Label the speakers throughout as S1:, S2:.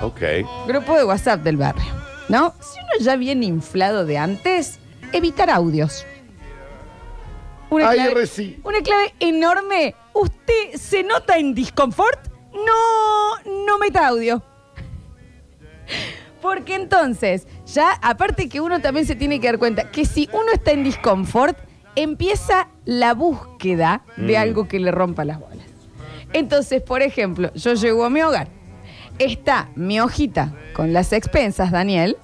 S1: Ok.
S2: grupo de WhatsApp del barrio, ¿no? Si uno ya viene inflado de antes, evitar audios.
S1: Ay, RC.
S2: una clave enorme. ¿Usted se nota en disconfort? No, no meta audio. Porque entonces, ya aparte que uno también se tiene que dar cuenta que si uno está en disconfort, empieza la búsqueda de
S1: Mm.
S2: algo que le rompa las bolas. Entonces, por ejemplo, yo llego a mi hogar, está mi hojita con las expensas, Daniel,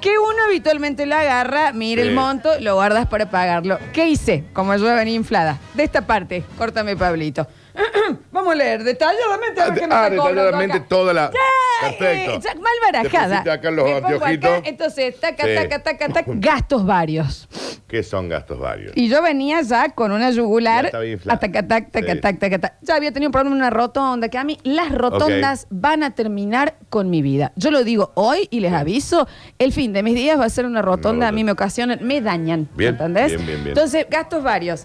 S2: que uno habitualmente la agarra, mira
S1: Sí.
S2: el monto, lo guardas para pagarlo. ¿Qué hice? Como yo venía inflada. De esta parte, córtame, Pablito. Vamos a leer detalladamente. a ver qué me
S1: Ah,
S2: está cobrando
S1: detalladamente
S2: acá.
S1: toda la.
S2: Ah,
S1: Perfecto.
S2: eh, ya mal barajada.
S1: Te pusiste acá los
S2: Me pongo
S1: anteojitos.
S2: acá, entonces, taca,
S1: Sí.
S2: taca, taca, taca, gastos varios.
S1: que son gastos varios.
S2: Y yo venía ya con una
S1: Ya
S2: yugular.
S1: estaba inflada.
S2: Ataca, taca, taca, taca,
S1: Sí.
S2: taca, taca. Ya había tenido un problema en una rotonda, que a mí las rotondas van a terminar con mi vida. Yo lo digo hoy y les aviso, el fin de mis días va a ser una rotonda,
S1: rotonda.
S2: a mí me ocasionan, me dañan.
S1: Bien,
S2: ¿Entendés?
S1: bien, bien, bien.
S2: Entonces, gastos varios.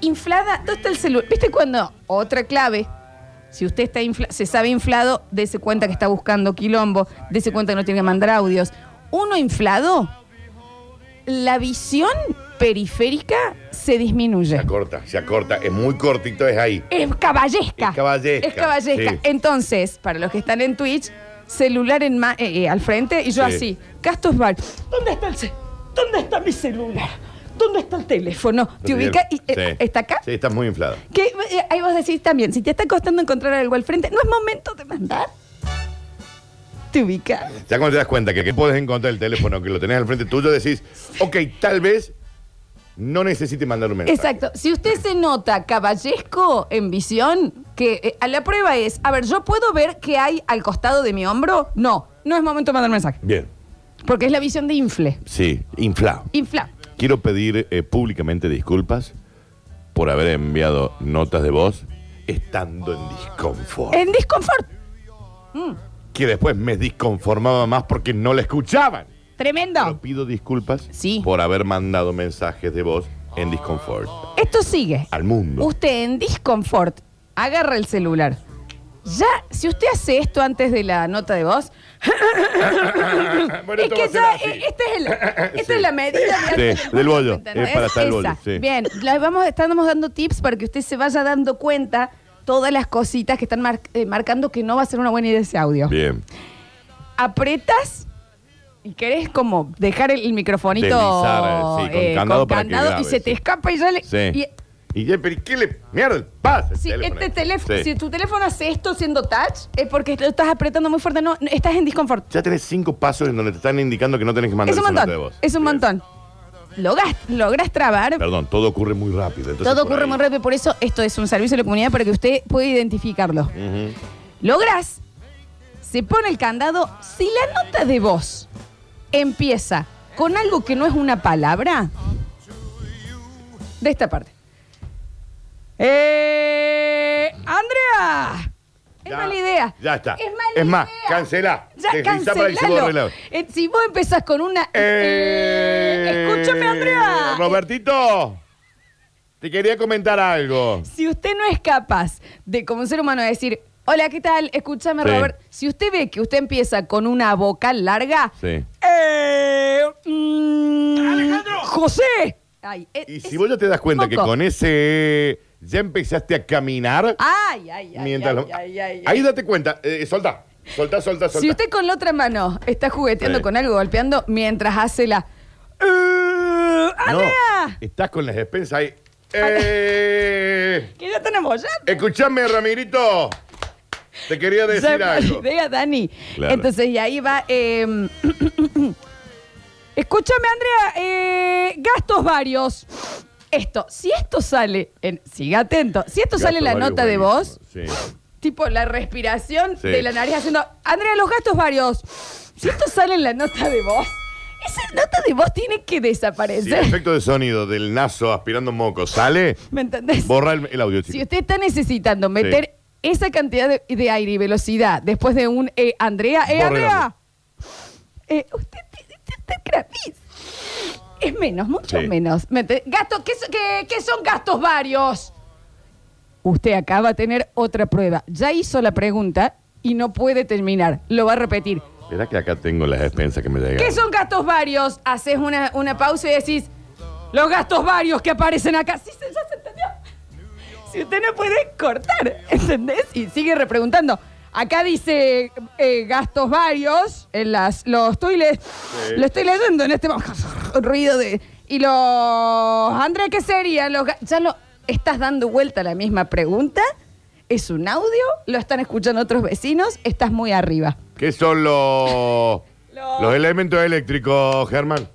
S2: Inflada, ¿dónde está el celular? ¿Viste cuando? Otra clave. Si usted está infla- se sabe inflado, dése cuenta que está buscando quilombo, dése cuenta que no tiene que mandar audios. Uno inflado, la visión periférica se disminuye.
S1: Se acorta, se acorta. Es muy cortito, es ahí.
S2: Es caballesca.
S1: Es caballesca,
S2: Es caballesca.
S1: sí.
S2: Entonces, para los que están en Twitch, celular en ma- eh, eh, al frente y yo
S1: Sí.
S2: así, gastos bar. ¿Dónde está el ce- ¿Dónde está mi celular? ¿Dónde está el teléfono? ¿Te
S1: Bien.
S2: ubica y eh,
S1: Sí.
S2: está acá?
S1: Sí, estás muy inflado.
S2: Que, eh, ahí vos decís también, si te está costando encontrar algo al frente, ¿no es momento de mandar? ¿Te ubica?
S1: Ya cuando te das cuenta que, que puedes encontrar el teléfono que lo tenés al frente tuyo, decís, ok, tal vez no necesite mandar un mensaje.
S2: Exacto. Si usted se nota caballesco en visión, que eh, a la prueba es, a ver, ¿yo puedo ver qué hay al costado de mi hombro? No, no es momento de mandar mensaje.
S1: Bien,
S2: Porque es la visión de infle.
S1: sí, inflado.
S2: Infla.
S1: Quiero pedir eh, públicamente disculpas por haber enviado notas de voz estando en disconfort.
S2: En disconfort.
S1: Que después me disconformaba más porque no la escuchaban. Pero
S2: Tremendo.
S1: pido disculpas
S2: Ah. Sí.
S1: por haber mandado mensajes de voz en disconfort
S2: Esto sigue.
S1: al mundo.
S2: Usted en disconfort agarra el celular. Ya, si usted hace esto antes de la nota de voz,
S1: Ah, Bueno,
S2: es
S1: esto va a
S2: que
S1: ser
S2: ya
S1: así.
S2: eh, esta es, la- esta
S1: Sí.
S2: es la medida de antes
S1: Sí,
S2: del
S1: del bollo.
S2: ¿entendés?
S1: Es para estar el bollo,
S2: Esa.
S1: sí.
S2: Bien, la vamos, estamos dando tips para que usted se vaya dando cuenta todas las cositas que están mar- eh, marcando que no va a ser una buena idea ese audio.
S1: Bien.
S2: apretas y querés como dejar el, el microfonito
S1: Deslizar, eh, sí, con candado para que
S2: candado y
S1: grabe,
S2: se te
S1: sí.
S2: escapa y ya le...
S1: Sí.
S2: y-
S1: Y ya, pero ¿y ¿qué le mierda pasa?
S2: si este teléfono,
S1: Sí.
S2: si tu teléfono hace esto siendo touch, es porque lo estás apretando muy fuerte, no, no, estás en disconfort.
S1: Ya tenés cinco pasos en donde te están indicando que no tenés que mandar
S2: es un
S1: esa nota de
S2: montón,
S1: voz.
S2: es un
S1: Bien.
S2: montón. logras, logras trabar.
S1: Perdón, todo ocurre muy rápido. entonces
S2: Todo
S1: por
S2: ocurre
S1: ahí-
S2: muy rápido, por eso esto es un servicio a la comunidad para que usted pueda identificarlo.
S1: Ujú.
S2: Logras, se pone el candado. Si la nota de voz empieza con algo que no es una palabra, de esta parte. Eh, andrea, es
S1: Ya,
S2: mala idea.
S1: Ya está.
S2: Es mala
S1: Es más,
S2: idea.
S1: cancelá.
S2: Ya,
S1: Deslizá para que se borre
S2: cancelalo.
S1: la-
S2: Eh, Si vos empezás con una... eh, escúchame, Andrea.
S1: Robertito, te quería comentar algo.
S2: Si usted no es capaz de, como ser humano, decir, hola, ¿qué tal? Escúchame,
S1: Sí.
S2: Robert. Si usted ve que usted empieza con una vocal larga...
S1: Sí.
S2: Eh, mm, ¡José! Ay, eh,
S1: Y
S2: es
S1: si vos ya te das cuenta que
S2: poco.
S1: con ese ya empezaste a caminar
S2: Ay, ay, ay, ay,
S1: mientras lo-
S2: ay, ay, ay.
S1: Ahí date cuenta, eh, soltá, soltá, soltá, soltá.
S2: Si usted con la otra mano está jugueteando
S1: Sí.
S2: con algo, golpeando, mientras hace la... eh,
S1: no,
S2: ¡Andrea!
S1: estás con las despensas ahí. Eh,
S2: Que ya tenemos ya.
S1: escuchame, Ramirito. Te quería decir
S2: Ya,
S1: algo.
S2: Vea, Dani.
S1: Claro.
S2: Entonces, y ahí va. eh, Escúchame, Andrea, eh, gastos varios. Esto, si esto sale, en, sigue atento, si esto sale en la
S1: Gato
S2: nota de
S1: Mario
S2: voz,
S1: buenísimo, Sí.
S2: tipo la respiración
S1: Sí.
S2: de la nariz haciendo, Andrea, los gastos varios. Si esto sale en la nota de voz, esa nota de voz tiene que
S1: Si el
S2: desaparecer.
S1: efecto de sonido del naso aspirando moco sale,
S2: ¿Me entendés?
S1: borra el, el audio,
S2: Si
S1: chicos.
S2: usted está necesitando meter esa cantidad de, de aire y velocidad después de un eh, Andrea, eh,
S1: Borre
S2: Andrea, eh, usted tiene- usted está gratis. Es menos, mucho
S1: Sí.
S2: menos. ¿Me ente- Gastos, ¿qué, so- qué- qué son gastos varios? Usted acaba de tener otra prueba. Ya hizo la pregunta y no puede terminar. Lo va a repetir.
S1: Verá que acá tengo las despensas que me llegan.
S2: ¿Qué son gastos varios? Haces una, una pausa y decís, los gastos varios que aparecen acá. Sí, se, ya se entendió. Si usted no puede cortar, ¿entendés? Y sigue repreguntando. Acá dice eh, gastos varios en las los toiles. Lo estoy leyendo en este momento. ruido de y los Andrea, ¿qué serían los ga- ya lo estás dando vuelta a la misma pregunta? Es un audio, lo están escuchando otros vecinos, estás muy arriba.
S1: ¿Qué son los,
S2: Los-
S1: los elementos eléctricos, Germán?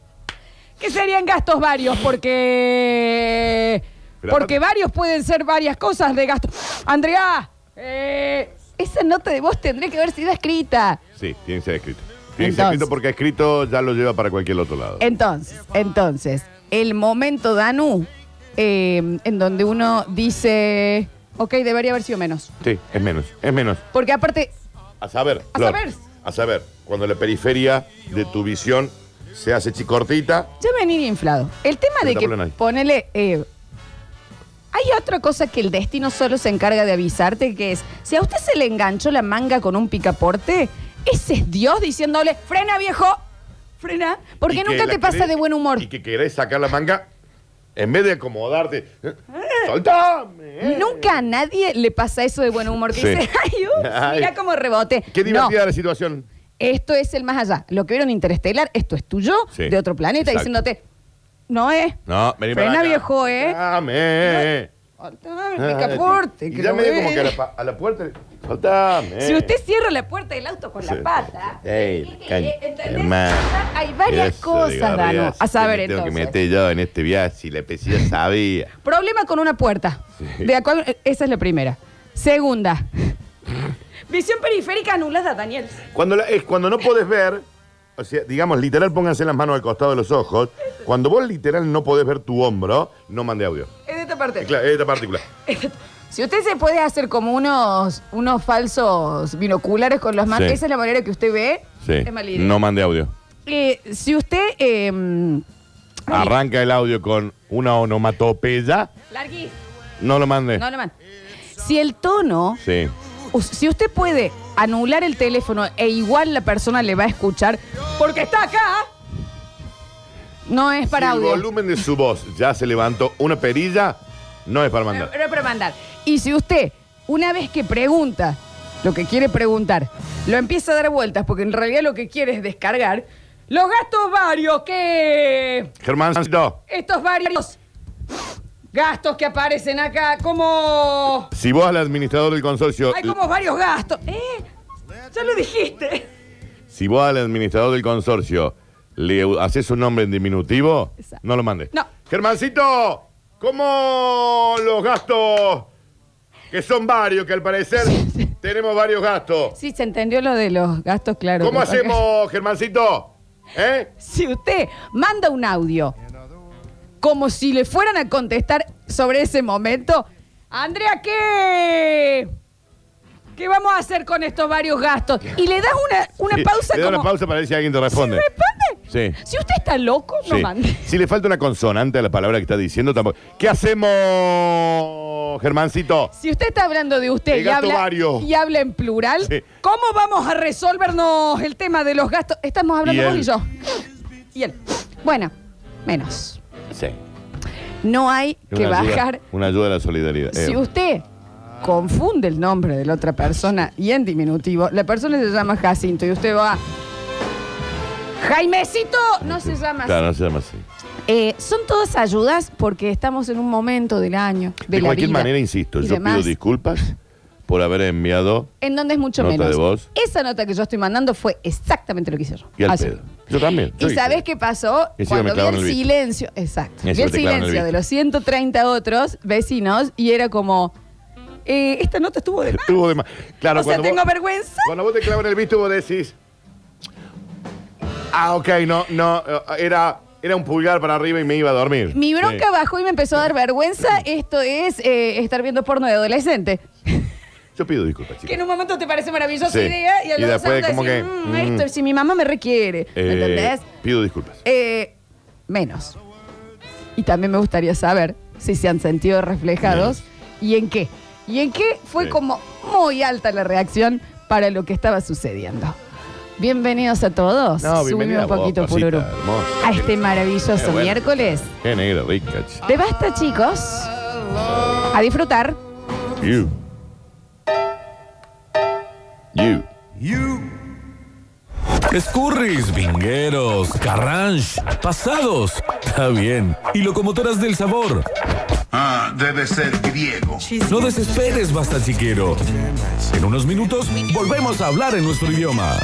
S2: que serían gastos varios, porque.
S1: Pero
S2: Porque
S1: aparte-
S2: varios pueden ser varias cosas de gasto. Andrea, eh, esa nota de voz tendría que haber sido escrita.
S1: Sí, tiene que ser escrito. Tiene que ser
S2: Entonces.
S1: escrito porque escrito ya lo lleva para cualquier otro lado.
S2: Entonces, entonces, el momento Danu, eh, en donde uno dice, ok, debería haber sido menos.
S1: Sí, es menos, es menos.
S2: Porque aparte,
S1: A saber.
S2: A saber.
S1: A saber, cuando la periferia de tu visión se hace chicortita,
S2: ya venir inflado. El tema
S1: Pero
S2: de que
S1: tampoco no hay.
S2: ponele. eh, hay otra cosa que el destino solo se encarga de avisarte, que es, si a usted se le enganchó la manga con un picaporte, ese es Dios diciéndole, frena viejo, frena,
S1: y
S2: porque
S1: que
S2: nunca
S1: la
S2: te pasa
S1: querés-
S2: de buen humor.
S1: Y que querés sacar la manga, en vez de acomodarte, eh, ¡soltame! eh.
S2: Nunca a nadie le pasa eso de buen humor, que
S1: Sí.
S2: dice, ay, ups,
S1: Ay.
S2: mira cómo rebote.
S1: Qué
S2: No.
S1: divertida la situación.
S2: Esto es el más allá. Lo que vieron Interestelar, esto es tuyo,
S1: Sí,
S2: de otro planeta,
S1: exacto.
S2: diciéndote, no es.
S1: No, vení
S2: Frena,
S1: para acá.
S2: viejo, ¿eh?
S1: Soltame.
S2: Soltame el picaporte.
S1: Ah, eh, Y
S2: que
S1: ya
S2: lo
S1: me dio
S2: ve.
S1: como que a la, pa- a la puerta. Soltame.
S2: Si usted cierra la puerta del auto con
S1: Sí.
S2: la pata,
S1: Ey,
S2: eh,
S1: caña,
S2: ¿entendés?
S1: hermano.
S2: hay varias
S1: Eso de
S2: cosas,
S1: Gabriel,
S2: Danu. A saber,
S1: me Tengo que
S2: entonces.
S1: meter yo en este viaje si la pesilla sabía.
S2: Problema con una puerta.
S1: Sí.
S2: De acuerdo- eh, esa es la primera. Segunda. Visión periférica anulada, Daniel.
S1: Cuando, la- es cuando no podés ver, o sea, digamos, literal, pónganse las manos al costado de los ojos. Cuando vos literal no podés ver tu hombro, no mande audio.
S2: Es de esta parte.
S1: Es cla- Esta partícula.
S2: Si usted se puede hacer como unos, unos falsos binoculares con los manos,
S1: Sí.
S2: esa es la manera que usted ve. Es mala idea.
S1: mande audio.
S2: Eh, si usted. eh, ay,
S1: Arranca el audio con una onomatopeya,
S2: larguís,
S1: no lo mande.
S2: No, no, man. Si el tono
S1: Sí.
S2: O- Si usted puede anular el teléfono e igual la persona le va a escuchar porque está acá, no es para
S1: si el
S2: audio. Eh,
S1: volumen de su voz ya se levantó una perilla, no es para
S2: No,
S1: mandar.
S2: no es para mandar. Y si usted, una vez que pregunta lo que quiere preguntar, lo empieza a dar vueltas porque en realidad lo que quiere es descargar, los gastos varios que...
S1: Germán, no.
S2: Estos varios gastos que aparecen acá, como...
S1: Si vos al administrador del consorcio,
S2: Hay como varios gastos. ¿Eh? Ya lo dijiste.
S1: si vos al administrador del consorcio le haces un nombre en diminutivo,
S2: Exacto.
S1: no lo mandes.
S2: No.
S1: Germancito, ¿cómo los gastos? Que son varios, que al parecer tenemos varios gastos.
S2: Sí, se entendió lo de los gastos, claro.
S1: ¿Cómo
S2: que-
S1: hacemos, Germancito? ¿Eh?
S2: Si usted manda un audio como si le fueran a contestar sobre ese momento, Andrea, ¿qué? ¿Qué vamos a hacer con estos varios gastos? Y le das una, una
S1: Sí,
S2: pausa
S1: le doy
S2: como...
S1: una pausa para ver si alguien te responde.
S2: ¿Responde?
S1: Sí.
S2: Si usted está loco, no
S1: Sí.
S2: mande.
S1: Si le falta una consonante a la palabra que está diciendo, tampoco. ¿Qué hacemos, Germancito?
S2: Si usted está hablando de usted
S1: El
S2: y
S1: gasto
S2: habla,
S1: vario.
S2: y habla en plural,
S1: Sí.
S2: ¿cómo vamos a resolvernos el tema de los gastos? Estamos hablando
S1: Y
S2: vos
S1: él.
S2: y yo. Y él. Bueno, menos.
S1: Sí.
S2: No hay que
S1: Una ayuda-
S2: bajar.
S1: una ayuda a la solidaridad. Eh,
S2: Si usted confunde el nombre de la otra persona y en diminutivo, la persona se llama Jacinto y usted va. Jaimecito no se llama así.
S1: Claro, no se llama así.
S2: Eh, son todas ayudas porque estamos en un momento del año, de,
S1: De,
S2: la
S1: cualquier
S2: vida
S1: manera, insisto,
S2: y
S1: yo
S2: demás,
S1: pido disculpas por haber enviado
S2: En donde es mucho
S1: Nota
S2: menos.
S1: de voz.
S2: Esa nota que yo estoy mandando fue exactamente lo que hice yo.
S1: y al
S2: Así.
S1: pedo. Yo también. yo
S2: ¿Y
S1: hice.
S2: sabes qué pasó?
S1: Encima me
S2: Cuando vi
S1: clavaron
S2: el
S1: el visto.
S2: silencio, exacto,
S1: Encima
S2: vi el
S1: te clavaron el
S2: silencio de
S1: visto.
S2: los 130 otros vecinos y era como, eh, esta nota estuvo de más.
S1: Estuvo de más. Claro,
S2: o sea,
S1: cuando,
S2: tengo
S1: vos,
S2: vergüenza.
S1: cuando vos te clavan el visto, vos decís. Ah, ok, no, no. eh, Era, era un pulgar para arriba y me iba a dormir.
S2: Mi bronca
S1: Sí.
S2: bajó y me empezó a dar vergüenza. Esto es eh, estar viendo porno de adolescente.
S1: Yo pido disculpas,
S2: Que
S1: chicos.
S2: en un momento te parece maravillosa
S1: Sí.
S2: idea y al
S1: Y
S2: otro
S1: después
S2: segundo
S1: como
S2: decís,
S1: que,
S2: "Mm,
S1: mm".
S2: esto si mi mamá me requiere. ¿Me
S1: Eh,
S2: entendés?
S1: Pido disculpas.
S2: Eh, menos. Y también me gustaría saber si se han sentido reflejados y en qué. Y en qué fue
S1: Sí.
S2: como muy alta la reacción para lo que estaba sucediendo. Bienvenidos a todos. Subime
S1: bienvenida
S2: un
S1: vos,
S2: poquito,
S1: cosita
S2: Pururu.
S1: hermosa.
S2: A este maravilloso
S1: Eh, bueno.
S2: miércoles.
S1: Qué negra rica. ch-
S2: De basta, chicos. A disfrutar.
S1: You. You.
S3: Escurris, vingueros, carranche, pasados, está bien, y locomotoras del sabor.
S4: Ah, debe ser griego.
S3: No desesperes, basta chiquero. En unos minutos volvemos a hablar en nuestro idioma.